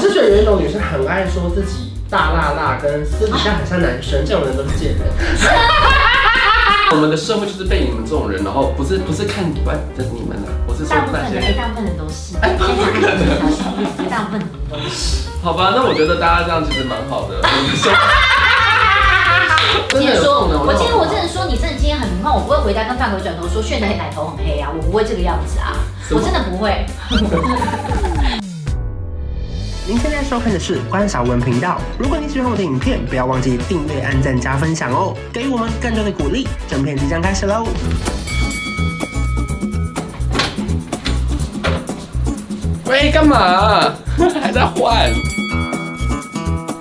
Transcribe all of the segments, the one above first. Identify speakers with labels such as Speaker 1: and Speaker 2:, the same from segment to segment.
Speaker 1: 有一种女生很爱说自己大辣辣，跟私底下很像男生，这种人都是贱人。
Speaker 2: 我们的社会就是被你们这种人，然后不是不是看外的你们啊，我是说
Speaker 3: 大部
Speaker 2: 那
Speaker 3: 分
Speaker 2: 些
Speaker 3: 的，哎，
Speaker 2: 人。
Speaker 3: 大部分的都是，非常爱小心翼翼，大部分的都是。
Speaker 2: 好吧，那我觉得大家这样其实蛮好的。我们说真的
Speaker 3: 今天
Speaker 2: 有
Speaker 3: 说，
Speaker 2: 空的，
Speaker 3: 我今天我
Speaker 2: 真
Speaker 3: 真的说，你真的今天很明晃，我不会回答跟范鬼转头说炫的奶头很黑啊，我不会这个样子啊，
Speaker 2: 什么
Speaker 3: 我真的不会。
Speaker 1: 您现在收看的是关少文频道。如果你喜欢我的影片，不要忘记订阅、按赞、加分享哦，给予我们更多的鼓励。整片即将开始喽！
Speaker 2: 喂，干嘛？ 还在换？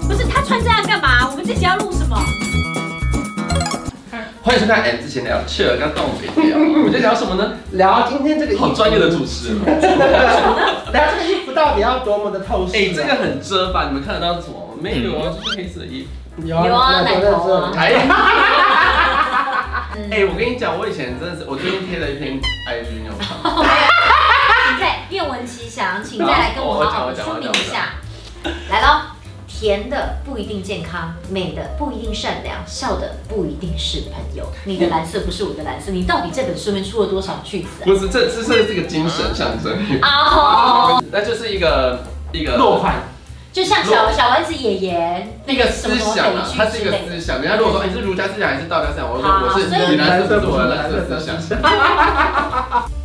Speaker 4: 不是他穿这样干嘛？我们自己要录什么？
Speaker 2: 欢迎收看 M 之前聊去了跟动北聊，啊我们在聊什么呢？
Speaker 1: 聊今天这个衣服
Speaker 2: 好专业 的主持人，
Speaker 1: 聊这个衣服到底要多么的透视、啊
Speaker 2: 哎、这个很遮吧？你们看得到什么？没有
Speaker 3: 嗯
Speaker 2: 啊，就是黑色的衣服。
Speaker 1: 有啊，
Speaker 3: 有啊
Speaker 1: 那
Speaker 3: 奶头啊
Speaker 2: 哎，
Speaker 3: 嗯
Speaker 2: 哎，我跟你讲，我以前真的是，我最近贴了一篇 IG，你有看吗？
Speaker 3: 请在愿闻其详，请再来跟我好好的说明一 下。来喽，甜的不一定健康，美的不一定善良，笑的不一定是朋友。你的蓝色不是我的蓝色，你到底这本书里面出了多少句子
Speaker 2: 不是，这这这是一个精神象征，
Speaker 3: 啊？
Speaker 2: 哦
Speaker 3: 啊吼，
Speaker 2: 那就是一个一个
Speaker 1: 落款，
Speaker 3: 就像小小丸子爷爷
Speaker 2: 一个思想啊，它是一个思想。人家如果说哎你是儒家思想还是道家思想，我会说
Speaker 3: 好
Speaker 2: 我是
Speaker 3: 啊所以
Speaker 2: 你蓝色不是我的蓝色思想。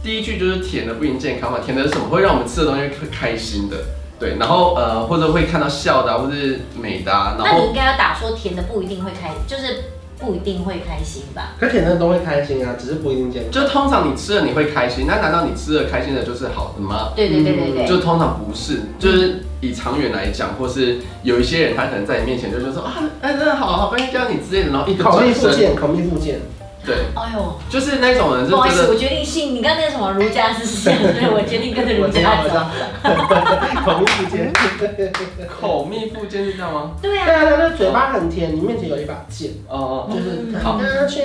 Speaker 2: 第一句就是甜的不一定健康嘛，甜的是什么？会让我们吃的东西会开心的，对。然后呃，或者会看到笑的、啊，或是美的、啊，然
Speaker 3: 那你
Speaker 2: 后
Speaker 3: 应该要打说甜的不一定会开，就是不一定会开心吧？
Speaker 1: 可甜的都会开心啊，只是不一定健康。
Speaker 2: 就通常你吃了你会开心，那难道你吃了开心的就是好的吗？
Speaker 3: 对对对对对。
Speaker 2: 就通常不是，就是以长远来讲，或是有一些人他可能在你面前就就说啊，哎，真的好好关心教你之类的，然后一个
Speaker 1: 考虑
Speaker 2: 转
Speaker 1: 附
Speaker 2: 身，
Speaker 1: 件，考虑附 件，
Speaker 2: 对，
Speaker 3: 哎呦，
Speaker 2: 就是那种人是
Speaker 3: 不好意
Speaker 2: 真
Speaker 3: 思，
Speaker 2: 的
Speaker 3: 我决定信你刚刚那个什么儒家思想，所以我决定跟着儒
Speaker 1: 我知道
Speaker 3: 家
Speaker 1: 我知
Speaker 3: 走
Speaker 1: 道。，考虑附件。
Speaker 2: 口蜜腹剑是这样吗？
Speaker 3: 对
Speaker 1: 对
Speaker 3: 啊，
Speaker 1: 啊，他的嘴巴很甜，你面前有一把剑，
Speaker 2: 哦、
Speaker 1: 就
Speaker 2: 哦
Speaker 1: 是
Speaker 2: 好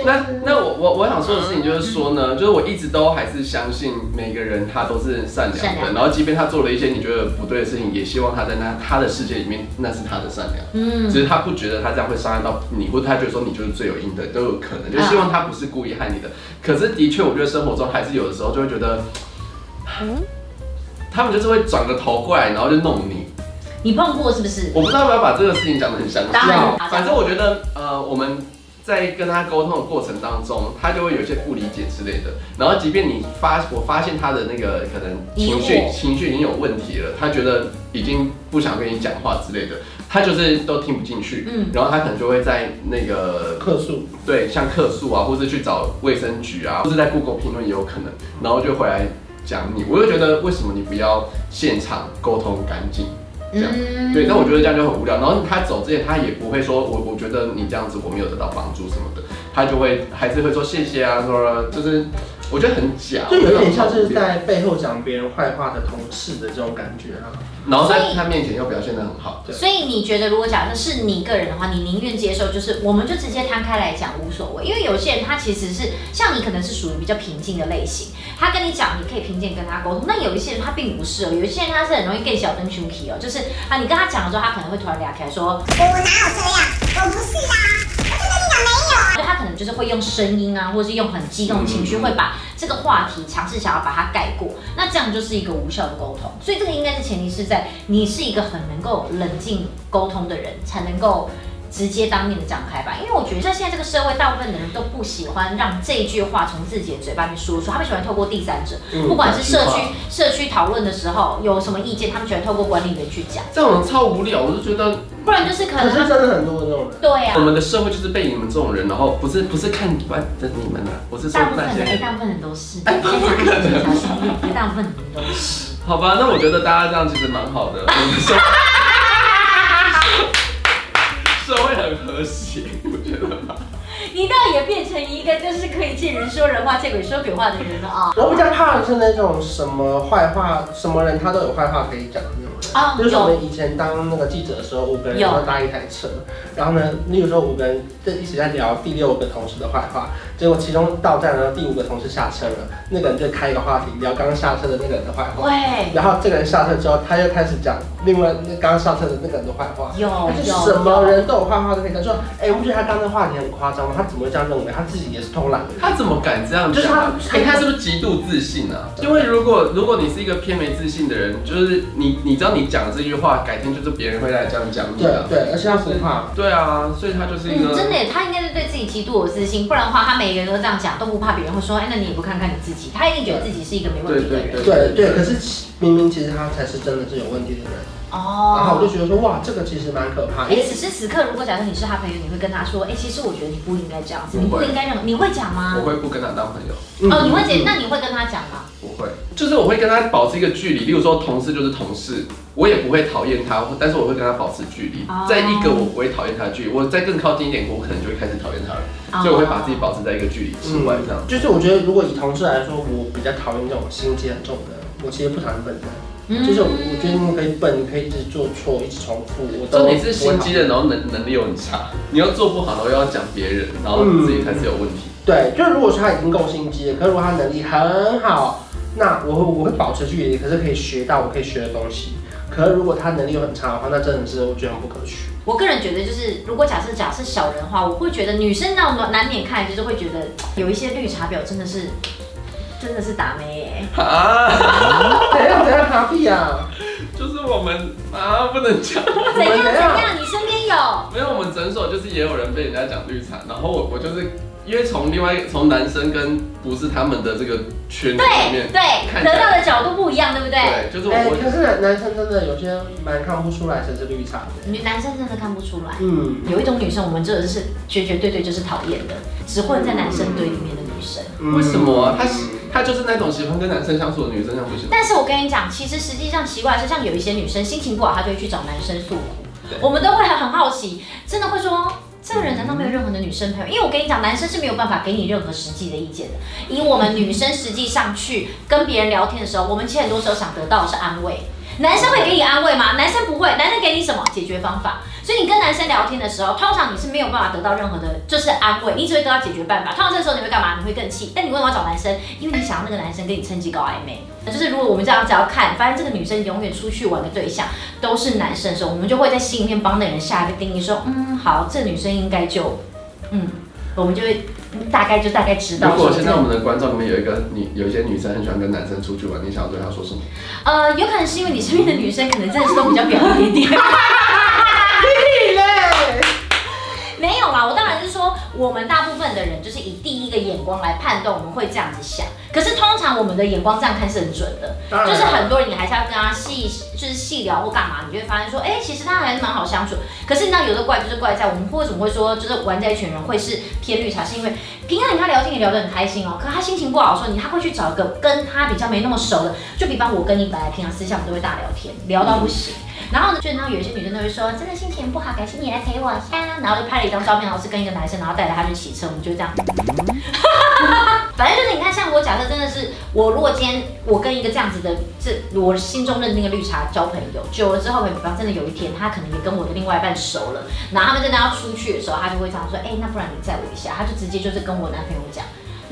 Speaker 2: 那那我我我想说的事情就是说呢，就是我一直都还是相信每个人他都是善良
Speaker 3: 善
Speaker 2: 的，
Speaker 3: 良
Speaker 2: 然后即便他做了一些你觉得不对的事情，也希望他在那他的世界里面那是他的善良。
Speaker 3: 嗯，
Speaker 2: 只是他不觉得他这样会伤害到你，或者他觉得说你就是罪有应得，都有可
Speaker 3: 嗯
Speaker 2: 能，就希望他不是故意害你的。可是的确，我觉得生活中还是有的时候就会觉得，
Speaker 3: 嗯
Speaker 2: 他们就是会转个头过来，然后就弄你。
Speaker 3: 你碰过是不是？
Speaker 2: 我不知道要不要把这个事情讲得很详细
Speaker 3: 当然
Speaker 2: 啊，反正我觉得呃我们。在跟他沟通的过程当中，他就会有一些不理解之类的。然后，即便你发，我发现他的那个可能情
Speaker 3: 疑
Speaker 2: 绪
Speaker 3: 惑
Speaker 2: 情绪已经有问题了，他觉得已经不想跟你讲话之类的，他就是都听不进去。
Speaker 3: 嗯
Speaker 2: 然后他可能就会在那个
Speaker 1: 克数，
Speaker 2: 对，像客诉啊，或是去找卫生局啊，或是在 Google 评论也有可能，然后就回来讲你，我就觉得为什么你不要现场沟通干净？这样
Speaker 3: 嗯
Speaker 2: 对，但我觉得这样就很无聊。然后他走之前，他也不会说我我觉得你这样子我没有得到帮助什么的，他就会还是会说谢谢啊，说就是我觉得很假，
Speaker 1: 就有点像是在背后讲别人坏话的同事的这种感觉啊。
Speaker 2: 然后
Speaker 3: 所
Speaker 2: 在
Speaker 3: 以
Speaker 2: 他面前又表现得很好，
Speaker 3: 所以你觉得，如果假设是你个人的话，你宁愿接受，就是我们就直接摊开来讲，无所谓。因为有些人他其实是像你，可能是属于比较平静的类型，他跟你讲，你可以平静地跟他沟通。那有一些人他并不是哦，有一些人他是很容易 get 小灯 s h k 哦，就是啊，你跟他讲的时候，他可能会突然俩开说，
Speaker 5: 我哪有这样？我不是啊，
Speaker 3: 他可能就是会用声音啊，或者是用很激动的情绪，
Speaker 2: 嗯
Speaker 3: 会把这个话题尝试想要把它盖过。那这样就是一个无效的沟通。所以这个应该是前提是在你是一个很能够冷静沟通的人，才能够。直接当面的讲开吧，因为我觉得在现在这个社会，大部分的人都不喜欢让这一句话从自己的嘴巴里面说出，他们喜欢透过第三者，
Speaker 1: 嗯
Speaker 3: 不管是社
Speaker 2: 讲
Speaker 3: 区
Speaker 2: 句
Speaker 3: 社区讨论的时候有什么意见，他们喜欢透过管理员去讲，
Speaker 2: 这种超无聊，我就觉得
Speaker 3: 不
Speaker 2: 嗯
Speaker 3: 然就是
Speaker 1: 嗯
Speaker 3: 可
Speaker 1: 可
Speaker 3: 能
Speaker 1: 是真
Speaker 3: 他
Speaker 1: 的很多这种人，
Speaker 3: 对啊
Speaker 2: 我，们的社会就是被你们这种人，然后不是不是看不是你们啊，我是说
Speaker 3: 大部
Speaker 2: 那
Speaker 3: 分
Speaker 2: 些
Speaker 3: 的哎，大部分人都是，非常爱谨小心翼翼，大部分人都是。
Speaker 2: 好吧，那我觉得大家这样其实蛮好的，我们社 社会很和谐，我觉得吧。
Speaker 3: 你倒也变成一个就是可以见人说人话，见鬼说鬼话的人了啊！
Speaker 1: 我比较怕的是那种什么坏话，什么人他都有坏话可以讲的那种人。
Speaker 2: 哦
Speaker 3: 啊，
Speaker 6: 就是我
Speaker 3: 有
Speaker 6: 们以前当那个记者的时候，五个人
Speaker 3: 有
Speaker 6: 要搭一台车，然后呢，例如说五个人在一起在聊第六个同事的坏话，结果其中到站，然后第五个同事下车了，那个人就开一个话题聊刚下车的那个人的坏话，
Speaker 3: 喂，
Speaker 6: 然后这个人下车之后，他又开始讲另外那刚上车的那个人的坏话。
Speaker 3: 有
Speaker 6: 他
Speaker 3: 有
Speaker 6: 就
Speaker 3: 有
Speaker 6: 什么人都有坏话都可以讲，说，哎、我不觉得他刚才话题很夸张吗？他怎么会这样认为？他自己也是偷懒的。
Speaker 2: 他怎么敢这样
Speaker 6: 就是
Speaker 2: 讲啊？
Speaker 6: 他
Speaker 2: 哎，他是不是极度自信啊？因为如果如果你是一个偏没自信的人，就是你你知道你讲这句话，改天就是别人会来这样讲你
Speaker 6: 对
Speaker 2: 啊。
Speaker 6: 对，而且他浮夸，
Speaker 2: 对啊，所以他就是一
Speaker 3: 嗯，
Speaker 2: 个
Speaker 3: 真的耶，他应该是对自己极度有自信，不然的话，他每个人都这样讲，都不怕别人会说，哎，那你也不看看你自己，他一定觉得自己是一个没问题的人。
Speaker 2: 对
Speaker 6: 对对，可是其明明其实他才是真的是有问题的人。然后我就
Speaker 3: 哦。
Speaker 6: 觉得说，哇，这个其实蛮可怕，因
Speaker 3: 哎，
Speaker 6: 为
Speaker 3: 此时此刻，如果假设你是他朋友，你会跟他说，哎，其实我觉得你不应该这样子，
Speaker 2: 不会
Speaker 3: 你不应该让，你会讲吗
Speaker 2: 我？会不跟他当朋友，
Speaker 6: 嗯
Speaker 3: 哦，你会解，那你会跟他讲吗？
Speaker 2: 不会，就是我会跟他保持一个距离。例如说，同事就是同事，我也不会讨厌他，但是我会跟他保持距离
Speaker 3: 哦。
Speaker 2: 在一个我不会讨厌他的距离，我再更靠近一点，我可能就会开始讨厌他了。
Speaker 3: 哦
Speaker 2: 所以我会把自己保持在一个距离之外，这样。
Speaker 6: 就是我觉得，如果以同事来说，我比较讨厌这种心机很重的人。我其实不讨厌笨蛋，
Speaker 3: 嗯
Speaker 6: 就是我我觉得你可以笨，可以一直做错，一直重复，我都
Speaker 2: 重点是心机的，然后能能力又很差，你又做不好，然后又要讲别人，然后
Speaker 3: 嗯
Speaker 2: 自己才是有问题。
Speaker 6: 对，就是如果说他已经够心机了，可是如果他能力很好，那我会我会保持距离，可是可以学到我可以学的东西。可是如果他能力又很差的话，那真的是我觉得很不可取。
Speaker 3: 我个人觉得，就是如果假设假设小人的话，我会觉得女生那种难免看，就是会觉得有一些绿茶婊真的是，真的是打 妹耶、
Speaker 2: 啊，
Speaker 6: 等一下，等一下，卡屁啊！
Speaker 2: 就是我们啊，不能讲。
Speaker 3: 怎样
Speaker 6: 我没
Speaker 3: 怎
Speaker 6: 有
Speaker 3: 样？你身边有？
Speaker 2: 没有，我们诊所就是也有人被人家讲绿茶，然后我我就是因为从另外从男生跟不是他们的这个圈子里
Speaker 3: 对
Speaker 2: 面，
Speaker 3: 对，
Speaker 2: 看起来
Speaker 3: 得到的角度不一样，对不对？
Speaker 2: 对，就是
Speaker 6: 哎、
Speaker 2: 我
Speaker 6: 可是男男生真的有些蛮看不出来谁是绿茶的。
Speaker 3: 女男生真的看不出来，
Speaker 6: 嗯
Speaker 3: 有一种女生，我们真的是绝绝对对就是讨厌的，只混在男生堆里面的女生。
Speaker 6: 嗯
Speaker 2: 为什么啊？他他就是那种喜欢跟男生相处的女生，这样不行吗。
Speaker 3: 但是我跟你讲，其实实际上奇怪的是，像有一些女生心情不好，她就会去找男生诉苦
Speaker 2: 对。
Speaker 3: 我们都会很好奇，真的会说。这个人难道没有任何的女生朋友？因为我跟你讲，男生是没有办法给你任何实际的意见的。以我们女生实际上去跟别人聊天的时候，我们其实很多时候想得到的是安慰。男生会给你安慰吗？男生不会，男生给你什么解决方法？所以你跟男生聊天的时候，通常你是没有办法得到任何的，就是安慰，你只会得到解决办法。通常这时候你会干嘛？你会更气。但你为什么要找男生？因为你想要那个男生跟你趁机搞暧昧。就是如果我们这样只要看，发现这个女生永远出去玩的对象都是男生的时候，我们就会在心里面帮那个人下一个定义，说，嗯，好，这女生应该就，嗯，我们就会嗯大概就大概知道
Speaker 2: 如
Speaker 3: 说。
Speaker 2: 果现在我们的观众里面有一个女，有一些女生很喜欢跟男生出去玩，你想要对她说什么？
Speaker 3: 呃，有可能是因为你身边的女生可能真的是都比较表面一点。没有啊啦，我当然是说，我们大部分的人就是以第一个眼光来判断，我们会这样子想。可是通常我们的眼光这样看是很准的，
Speaker 6: 当然
Speaker 3: 就是很多人你还是要跟他细就是细聊或干嘛，你就会发现说，哎、其实他还是蛮好相处。可是你知道有的怪就是怪在我们为什么会说，就是玩在一群人会是偏绿茶，是因为平常你跟他聊天也聊得很开心哦，可他心情不好的时候，你他会去找一个哦跟他比较没那么熟的，就比方我跟你本来平常私下我们都会大聊天，聊到不行。然后呢，就然后有一些女生都会说，真的心情不好，感谢你来陪我一下。然后就拍了一张照片，然后是跟一个男生，然后带着他去骑车，我们就这样。反正就是你看，像我假设真的是我，如果今天我跟一个这样子的，这我心中认定的绿茶交朋友，久了之后，比方真的有一天他可能也跟我的另外一半熟了，然后他们真的要出去的时候，他就会这样说，哎、那不然你载我一下，他就直接就是跟我男朋友讲。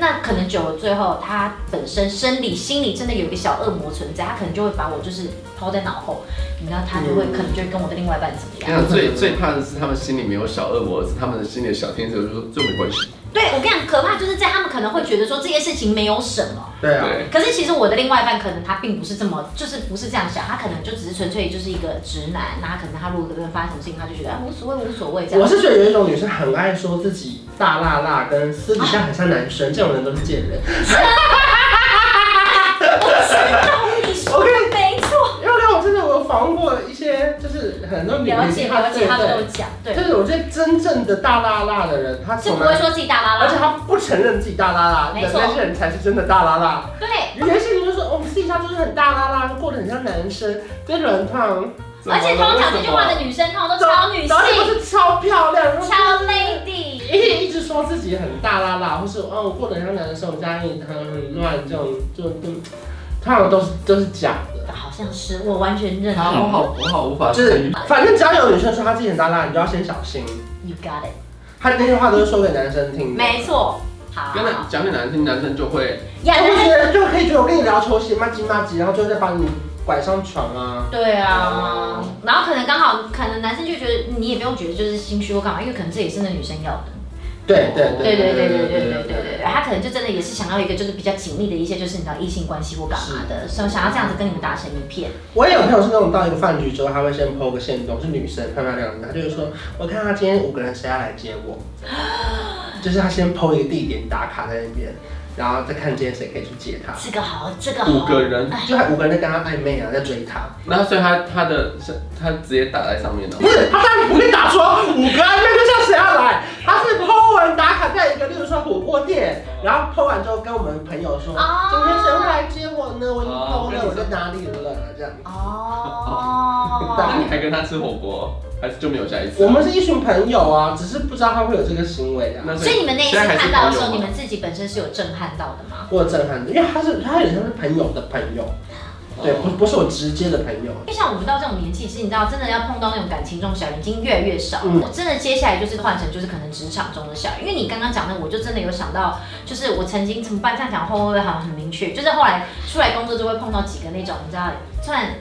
Speaker 3: 那可能久了，最后他本身生理、心理真的有一个小恶魔存在，他可能就会把我就是抛在脑后，你知道他就会、可能就会跟我的另外一半怎么
Speaker 2: 我
Speaker 3: 样？
Speaker 2: 想最最怕的是他们心里没有小恶魔，而是他们的心里的小天使，我就说这没关系。
Speaker 3: 对我跟你讲，可怕就是在他们可能会觉得说这件事情没有什么，
Speaker 6: 对啊，
Speaker 2: 对，
Speaker 3: 可是其实我的另外一半可能他并不是这么，就是不是这样想，他可能就只是纯粹就是一个直男，那他可能他如果跟人发生什么事情，他就觉得啊无所谓无所谓这样。
Speaker 6: 我是觉得有一种女生很爱说自己大辣辣，跟私底下很像男生，这种人都是贱人。
Speaker 3: 你说的没错，
Speaker 6: 因为我真的我访问过一些，就是很多女
Speaker 3: 了解
Speaker 6: 明星她
Speaker 3: 了解，他
Speaker 6: 真
Speaker 3: 们
Speaker 6: 的
Speaker 3: 都讲，对
Speaker 6: 就，是我觉得真正的大辣辣的人，他
Speaker 3: 是
Speaker 6: 从
Speaker 3: 不会
Speaker 6: 来，
Speaker 3: 说自己大拉
Speaker 6: 而且
Speaker 3: 拉，
Speaker 6: 他不承认自己大辣辣，
Speaker 3: 没
Speaker 6: 的
Speaker 3: 错
Speaker 6: 那些人才是真的大辣辣。
Speaker 3: 对，
Speaker 6: 有些人就说，哦，私底下就是很大辣辣，过得很像男生，这种人通常
Speaker 3: 而且通常这句话的女生通常都超女性
Speaker 6: 然，后又不是超漂亮，然后
Speaker 3: 超 lady。
Speaker 6: 一一直说自己很大啦啦，或是哦我过得很像男生，我家里很很乱，这种就就，通常都是都是假的。
Speaker 3: 好像是，我完全认
Speaker 2: 啊，我
Speaker 3: 同。
Speaker 2: 好，我好无法
Speaker 6: 就
Speaker 2: 参
Speaker 6: 是
Speaker 2: 与。
Speaker 6: 反正只要有女生说她自己很大拉，你就要先小心。
Speaker 3: You got it，
Speaker 6: 她那些话都是说给男生听的，
Speaker 3: 没错。好，
Speaker 2: 跟
Speaker 3: 呀
Speaker 2: 男讲给男生，男生就会
Speaker 6: 就
Speaker 3: 那
Speaker 6: 是就可以觉得我跟你聊球鞋嘛唧嘛唧，然后就再把你拐上床啊。
Speaker 3: 对啊，
Speaker 2: 哦
Speaker 3: 然后可能刚好，可能男生就觉得你也不用觉得就是心虚或干嘛，因为可能这也是那女生要的。
Speaker 6: 对对
Speaker 3: 对对对对对对对对对，他可能就真的也是想要一个就是比较紧密的一些就是你知道异性关系或干嘛的，所以想要这样子跟你们打成一片。
Speaker 6: 我也有朋友是那种到一个饭局之后，他会先 po 个线动，是女生漂漂亮亮，他就会说，我看他今天五个人谁要来接 我，就是他先 po 一个地点打卡在那边，然后再看今天谁可以去接他，
Speaker 3: 这个好，这个好。
Speaker 2: 五个人，
Speaker 6: 就还五个人在跟他暧昧啊，在追他，
Speaker 2: 那所以他他的他直接打在上面了
Speaker 6: 不。是他当然不会打说五个暧昧就像谁要来，他是 po 完打卡在一个，例如说火锅店，然后 po 完之后跟我们朋友说，
Speaker 3: 哦
Speaker 6: 今天谁会来接我呢？我已经
Speaker 2: 哦
Speaker 6: po 了，我在哪里了？这样。
Speaker 3: 哦
Speaker 2: 那你。还跟他吃火锅，还是就没有下一次啊？
Speaker 6: 我们是一群朋友啊，只是不知道他会有这个行为啊。
Speaker 2: 那
Speaker 3: 所以你们那一次看到的时
Speaker 2: 现在还是
Speaker 3: 候，你
Speaker 2: 朋友吗
Speaker 3: 们自己本身是有震撼到的吗？
Speaker 6: 我有震撼的，因为他是他有点像是朋友的朋友，对，不不是我直接的朋友。
Speaker 3: 因为像我们到这种年纪，其实你知道，真的要碰到那种感情中的小人，已经越来越少。
Speaker 6: 嗯
Speaker 3: 我真的接下来就是换成就是可能职场中的小人，因为你刚刚讲的，我就真的有想到，就是我曾经怎么办？这样讲会不会好像很明确？就是后来出来工作就会碰到几个那种，你知道，算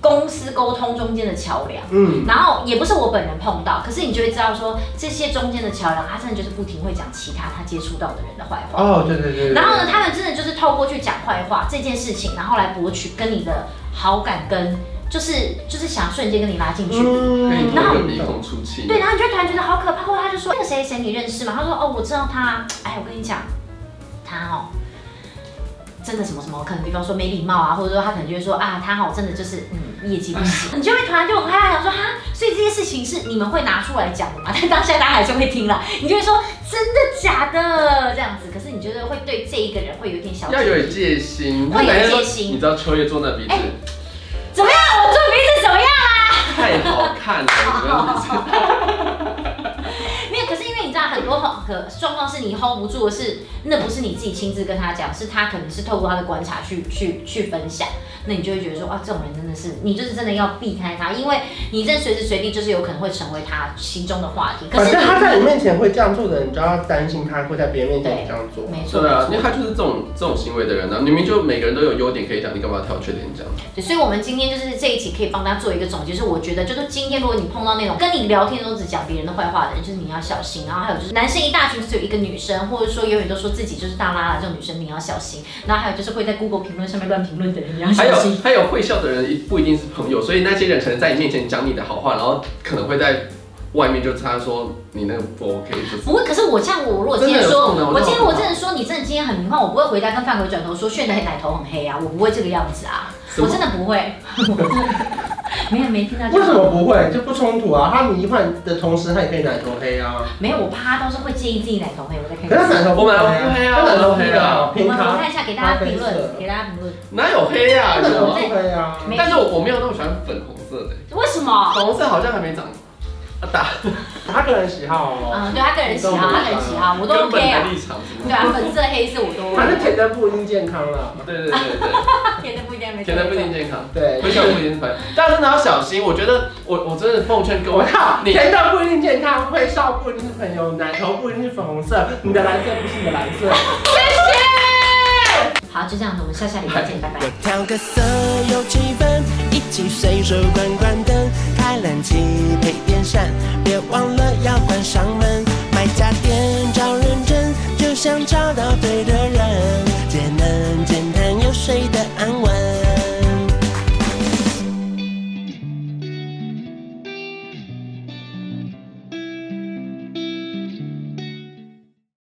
Speaker 3: 公司沟通中间的桥梁。
Speaker 6: 嗯，
Speaker 3: 然后也不是我本人碰到，可是你就会知道说这些中间的桥梁，他真的就是不停会讲其他他接触到的人的坏话。
Speaker 6: 哦，对对对对。
Speaker 3: 然后呢，他们真的就是透过去讲坏话这件事情，然后来博取跟你的好感跟，就是就是想瞬间跟你拉进去。
Speaker 6: 嗯
Speaker 2: 可以
Speaker 3: 那
Speaker 2: 透过鼻孔出气。
Speaker 3: 对，然后你就突然觉得好可怕，或者他就说那个谁谁你认识吗？他说哦，我知道他。哎，我跟你讲，他哦，真的什么什么，可能比方说没礼貌啊，或者说他可能就会说啊，他哦真的就是嗯业绩不行， 你就会突然就很害怕，想说哈，所以这些事情是你们会拿出来讲的嘛？ 但当下大家还是会听了，你就会说真的假的这样子，可是你觉得会对这一个人会有点小
Speaker 2: 要有
Speaker 3: 警惕
Speaker 2: 戒心，
Speaker 3: 会
Speaker 2: 他
Speaker 3: 有
Speaker 2: 哪天说
Speaker 3: 戒心
Speaker 2: 你知道秋叶做那鼻子
Speaker 3: 哎怎么样？我做鼻子怎么样？
Speaker 2: 太好看了，你们
Speaker 3: 没有，可是因为你知道很多很呃状况是你 hold 不住的是，那不是你自己亲自跟他讲，是他可能是透过他的观察去去去分享，那你就会觉得说啊，这种人真的是你就是真的要避开他，因为你真的随时随地就是有可能会成为他心中的话题。可
Speaker 6: 反
Speaker 3: 是
Speaker 6: 正他在
Speaker 3: 你
Speaker 6: 你面前会这样做的，你就要担心他会在别人面前也这样做。
Speaker 3: 没错，
Speaker 2: 对啊，因
Speaker 3: 没
Speaker 2: 为
Speaker 3: 错
Speaker 2: 他就是这种这种行为的人啊，明明就每个人都有优点可以讲，你干嘛挑缺点讲？
Speaker 3: 对，所以我们今天就是这一集可以帮大家做一个总结，就是我觉得就是今天如果你碰到那种跟你聊天都只讲别人的坏话的人，就是你要小心。然后还有就是男生一大群只有一个女生，或者说永远都说自己就是大拉拉这种女生，你要小心。然后还有就是会在 Google 评论上面乱评论的人，你要
Speaker 2: 还
Speaker 3: 小
Speaker 2: 有
Speaker 3: 心。
Speaker 2: 还有会笑的人不一定是朋友，所以那些人可能在你面前讲你的好话，然后可能会在外面就他说你那个不 OK，就是
Speaker 3: 不会，可是我像我，如果今天
Speaker 2: 真的有
Speaker 3: 说，
Speaker 2: 空的
Speaker 3: 我今天
Speaker 2: 我
Speaker 3: 我
Speaker 2: 知道
Speaker 3: 真的说你真的今天很明晃，我不会回家跟范鬼转头说炫的奶头很黑啊，我不会这个样子啊，
Speaker 2: 什么
Speaker 3: 我真的不会。 没有没听到就好
Speaker 6: 为什么不会？就不冲突啊！他迷幻的同时，他也可以奶头黑啊。
Speaker 3: 没有，我怕他都是会介意自己奶头黑，我在看
Speaker 6: 可是他
Speaker 3: 看。
Speaker 6: 奶头不啊他奶头黑啊，
Speaker 3: 我
Speaker 6: 平
Speaker 3: 们我
Speaker 6: 常
Speaker 3: 看一下，给大家评
Speaker 6: 咖啡色
Speaker 3: 论，给大家评论。
Speaker 2: 哪有黑啊？
Speaker 6: 他奶
Speaker 2: 你知
Speaker 6: 头
Speaker 2: 道
Speaker 6: 不
Speaker 2: 吗
Speaker 6: 黑啊。
Speaker 3: 没
Speaker 2: 但是我我没有那么喜欢粉红色的，
Speaker 3: 为什么？
Speaker 2: 粉红色好像还没长啊大，
Speaker 6: 他个人喜好哦，
Speaker 3: 嗯，对他个人喜好，他个人喜好，我都
Speaker 2: 根
Speaker 3: OK
Speaker 2: 本的
Speaker 3: 啊。
Speaker 2: 立场什么
Speaker 3: 对
Speaker 2: 的？
Speaker 3: 啊，粉色、黑色我都
Speaker 6: 反正
Speaker 3: OK。
Speaker 6: 甜的不一定健康了。
Speaker 2: 对对对对，
Speaker 3: 甜的不一定，没错
Speaker 2: 甜的不一定。健康。
Speaker 6: 对，
Speaker 2: 分享不一定是朋友，大家真的要小心。我觉得我我真的奉劝各
Speaker 6: 我
Speaker 2: 位，
Speaker 6: 靠，
Speaker 2: 你
Speaker 6: 甜的不一定健康，会笑不一定是朋友，奶头不一定是粉红色，你的蓝色不是你的蓝色。
Speaker 3: 好，就这样子，我们下下礼拜见，拜拜。
Speaker 7: 我调个色有气氛，一起随手关关灯，